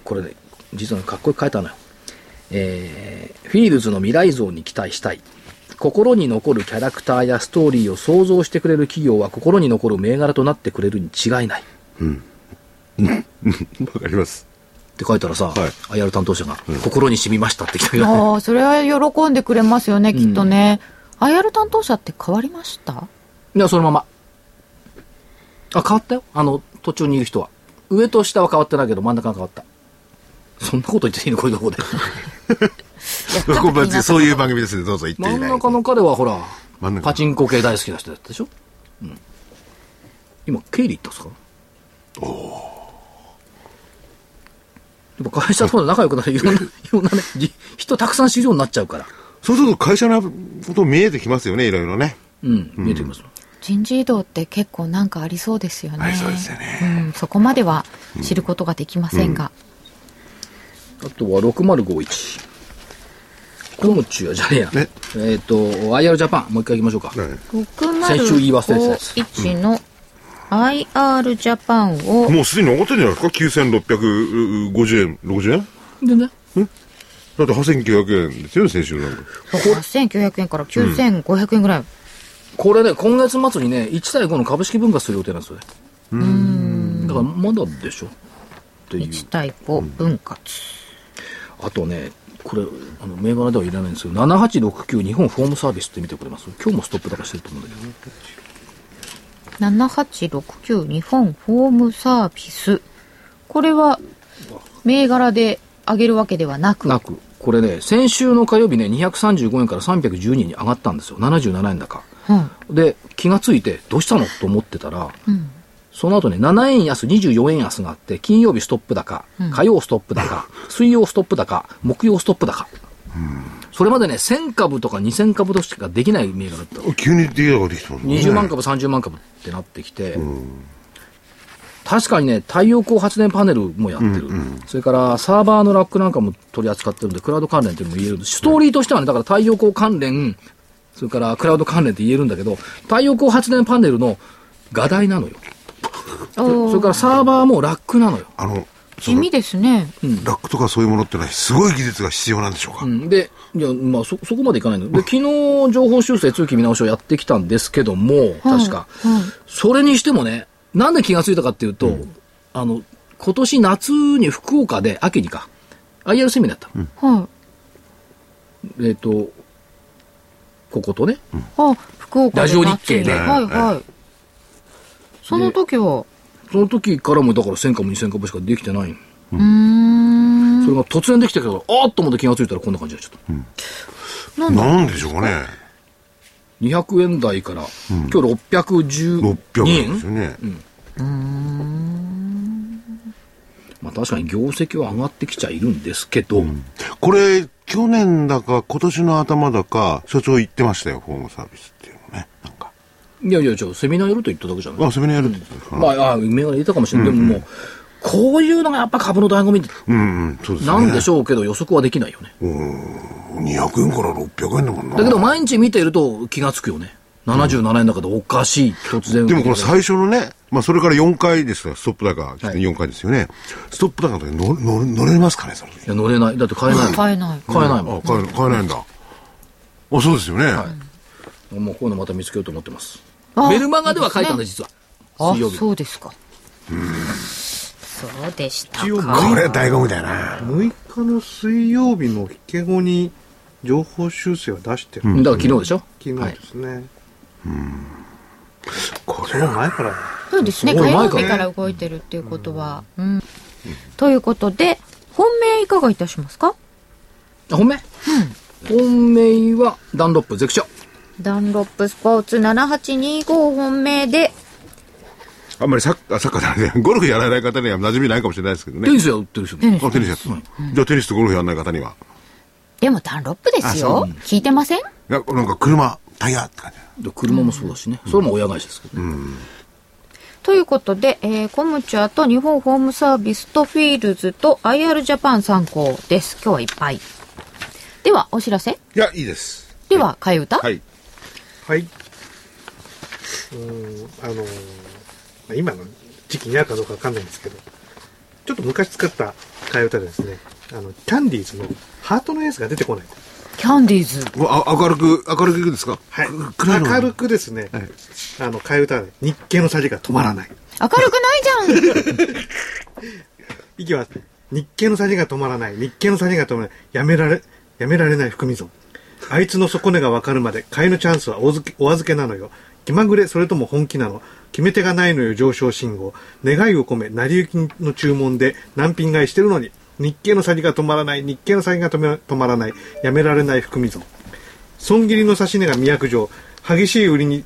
A: これね実はかっこよく書いたのよえーフィールズの未来像に期待したい心に残るキャラクターやストーリーを想像してくれる企業は心に残る銘柄となってくれるに違いないっ
H: わかります
A: て書いたらさ、IR 担当者が、心に染みましたって来たけど、
J: ああ、それは喜んでくれますよね、きっとね。IR 担当者って変わりました
A: いや、そのまま。あ、変わったよ。あの、途中にいる人は。上と下は変わってないけど、真ん中が変わった。そんな こと言っていいのこういうとこで。
H: ごめんなさいそういう番組ですねどうぞ言って
A: 真
H: い
A: ん
H: ない
A: 中の彼はほら
H: 真ん中
A: パチンコ系大好きな人だったでしょ、うん、今経理行ったんですかやっぱ会社とも仲良くなる いろんな、いろんなね、じ人たくさん知るようになっちゃうから。
H: そうすると会社のこと見えてきますよねいろいろね
A: うん、見えてきます。
J: 人事異動って結構なんかありそうですよね。
H: ありそうですよね
J: うん、そこまでは知ることができませんが。
A: あとは6051。コムチュアじゃねえや。
H: え
A: えっ、と、IR ジャパン、もう一回行きましょうか。
H: ね
A: 先週言い忘れてたやつ
J: 6051の IR ジャパンを、
H: もうすでに上がってんじゃないですか9650円60円
A: でね、
H: だって8900円ですよね先週なんか
J: 8900円から9500円ぐらい。
A: これね、今月末にね、1対5の株式分割する予定なんですよね。だからまだでしょっていう。
J: 1対5分割。
A: あとね、これ、あの、銘柄ではいらないんですけど、7869日本フォームサービスって見てくれます今日もストップ高してると思うんだけど。
J: 7869日本ホームサービス。これは、銘柄で上げるわけではなく、
A: なく、これね、先週の火曜日ね、235円から312円に上がったんですよ。77円高。
J: うん
A: で、気がついて、どうしたのと思ってたら、
J: うん
A: その後ね、7円安、24円安があって、金曜日ストップ高、火曜ストップ高、水曜ストップ高、木曜ストップ高。それまでね、1000株とか2000株としかできない銘柄だったの
H: 急にディーラーができたもんね
A: 20万株、30万株ってなってきて、確かにね、太陽光発電パネルもやってる、それからサーバーのラックなんかも取り扱ってるんで、クラウド関連っていうのも言えるんでストーリーとしてはね、だから太陽光関連、それからクラウド関連って言えるんだけど、太陽光発電パネルの画題なのよ、それからサーバーもラックなのよ。
H: あのそ
J: 地
H: の
J: 味ですね。
H: ラックとかそういうものってのはすごい技術が必要なんでしょうか、
A: うんで、いや、まあ、そ、そこまでいかないの。で、昨日、情報修正、通期見直しをやってきたんですけども、確か。それにしてもね、なんで気がついたかっていうと、あの、今年夏に福岡で、秋にか、IR セミナーやったの。
J: はい。
A: えっ、と、こことね、
J: あ、福岡で
A: ラジオ日経で
J: 夏にはいはい。その時は、
A: その時からも、だから1000株、2000株しかできてない。
J: うーん。
A: それが突然できたけど、あーっと思って気がついたらこんな感じになっちゃった。
H: なんでしょうかね
A: 200円台から、今日612
H: 600円
A: 円
H: ですよね、
A: まあ確かに業績は上がってきちゃいるんですけど、
H: これ去年だか今年の頭だか所長言ってましたよホームサービスっていうのねなんか
A: いやいや、じゃあセミナーやると言っただけじゃない
H: あそれにやるって言ってたかな
A: まあ、あ銘柄入れたかもしれない。でももう、こういうのがやっぱ株の醍醐味
H: うんうんそうですね
A: なんでしょうけど予測はできないよね。
H: 200円から600円だもんな
A: だけど毎日見ていると気がつくよね。 77円だけどおかしい、突然。
H: でもこれ最初のね、まあそれから4回ですから、ストップ高、4回ですよね。ストップ高の時乗乗乗れますかね、その時
A: い。や、乗れない。だって買えないもん。
D: 買えない
A: 買えないも
H: あ、買え買えないんだ。あ、そうですよね。
A: ん。もうこういうのまた見つけようと思ってます。
D: あ
A: メルマガでは書いたんだ、実は。
D: あ
A: 水曜日
D: そうですかそうでした
G: 一応
H: これは醍醐味だよな。
G: 6日の水曜日の引け後に情報修正は出してる、
A: だから昨日でしょ
G: 昨日ですね、
H: こ
G: そ
H: れ
G: の
H: は、
G: 前から
D: そうですね
A: すご
D: 火
A: い前
D: 曜
A: から
D: 日
A: ね
D: から動いてるっていうことはうんということで本命いかがいたしますか
A: あ本命本命はダンロップ、ゼクショ。
D: ダンロップスポーツ7825本命で
H: あんまりサッカー、サッカーじゃない ねゴルフやらない方には馴染みないかもしれないですけど
A: テニ
H: ね。
A: スや売ってる人も。
D: テニス
H: あ、テニスやってた。じゃあテニスとゴルフやらない方には。
D: でもダンロップですよ聞いてません
H: いや、なんか車、タイヤって感じ。
A: で車もそうだしね。それも親会社ですけどね。
D: ということで、えーコムチャーと日本ホームサービスとフィールズと IR ジャパン参考です。今日はいっぱい。では、お知らせ
H: いや、いいです。
D: では、替え歌、
H: はい。
G: はい。うーん、あのーまあ今の時期に合うかどうかわかんないんですけど、ちょっと昔使った替え歌でですね、あの、キャンディーズのハートのエースが出てこない。
D: キャンディーズ。
H: うわあ明るく、明るくいくんですか
G: はい
H: く。暗いの
G: 明るくですね、あの、替え歌で日経のさじが止まらない。
D: 明るく ないじゃん
G: いきます。日経のさじが止まらない。日経のさじが止まらない。やめられ、やめられない含み損。あいつの底根がわかるまで、買いのチャンスはお預けお預けなのよ。気まぐれ、それとも本気なの。決め手がないのよ、上昇信号。願いを込め、成り行きの注文で難品買いしてるのに。日経のさじが止まらない。日経のさじが止め止まらない。やめられない含み損。損切りの差し値が宮古城。激しい売りに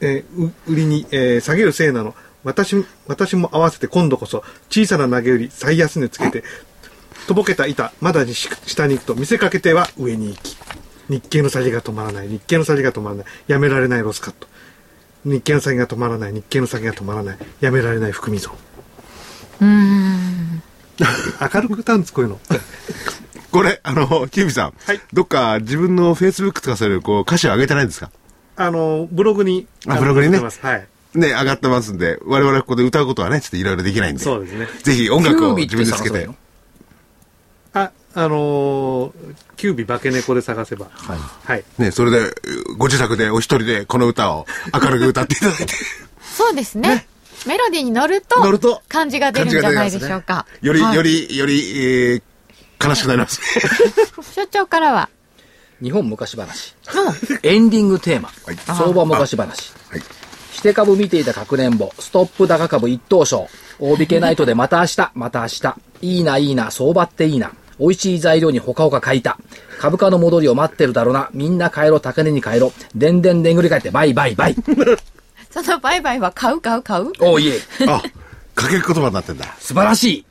G: えーう売りに、えー下げるせいなの私私も合わせて今度こそ小さな投げ売り最安値つけてとぼけた板まだにし下に行くと見せかけては上に行き日経の下げが止まらない日経の下げが止まらないやめられないロスカット日経の下げが止まらない日経の下げが止まらないやめられない含み損明るく歌うんですこういうの
H: これ、あの、キュービさん。
G: はい
H: どっか自分のフェイスブックとかそういう、こう、歌詞を上げてないんですか
G: あのブログに
H: あブログにね
G: 載せてますはい
H: ね、上がってますんで、我々ここで歌うことはね、ちょっといろいろできないんで。
G: そうですね
H: ぜひ音
A: キ
H: 楽
A: ュ
H: を
A: ービ
H: 自
A: ーって
H: 分でつ
A: 探
H: け
A: せばい
H: て
A: いの。
G: ああのーキュービ化け猫で探せば
A: はい。
G: はい
H: ね、それで、ご自宅でお一人でこの歌を明るく歌っていただいて、
D: そうですねメロディーに乗ると、
H: 乗ると
D: 感じが 出るんじゃないでしょうか。
H: より、
D: はい
H: よ、り、より、えー悲しくなり ます。
D: 所長からは、
A: 日本昔話。エンディングテーマ。相場昔話。
H: はい
A: して株見ていたかくれんぼ、ストップ高株一等賞、大引けナイトでまた明日、また明日、いいな、いいな、相場っていいな、美味しい材料にほかほか買いた、株価の戻りを待ってるだろうな、みんな帰ろ、高値に帰ろ、でんでんでんぐり返って、バイバイバイ。
D: そのバイバイは買う買う買う
A: おーいえ、
H: あ、かける言葉になってんだ。
A: 素晴らしい。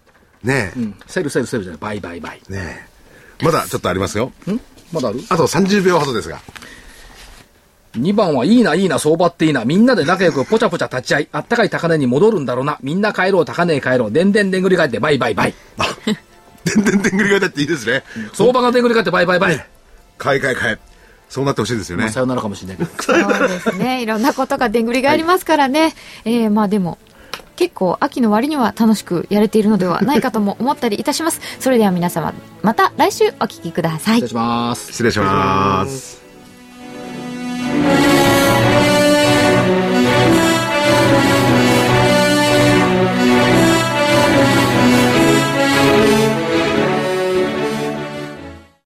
H: ねえ、
A: うん、セルセルセルじゃない、バイバイバイ。
H: ねえ。まだちょっとありますよ。
A: んまだある
H: あと30秒ほどですが。
A: 2番はいいな、いいな、相場っていいな、みんなで仲良くぽちゃぽちゃ立ち合い、あったかい高値に戻るんだろうな、みんな帰ろう、高値へ帰ろう、でんでんでんぐり返って、バイバイバイ。
H: でんでんでんぐり返っていいですね。
A: 相場がでんぐり返って、バイバイバイ。
H: 買い買い買い。そうなってほしいですよ
A: ま
H: ね
A: あ、。さよならかもしれないけど。
D: そうですね。 いろんなことがでんぐり返りますからね。えーまあでも、結構秋の割には楽しくやれているのではないかとも思ったりいたします。それでは皆様、また来週お聞きくださ
A: 失
D: い
A: 礼。します。
H: 失礼します。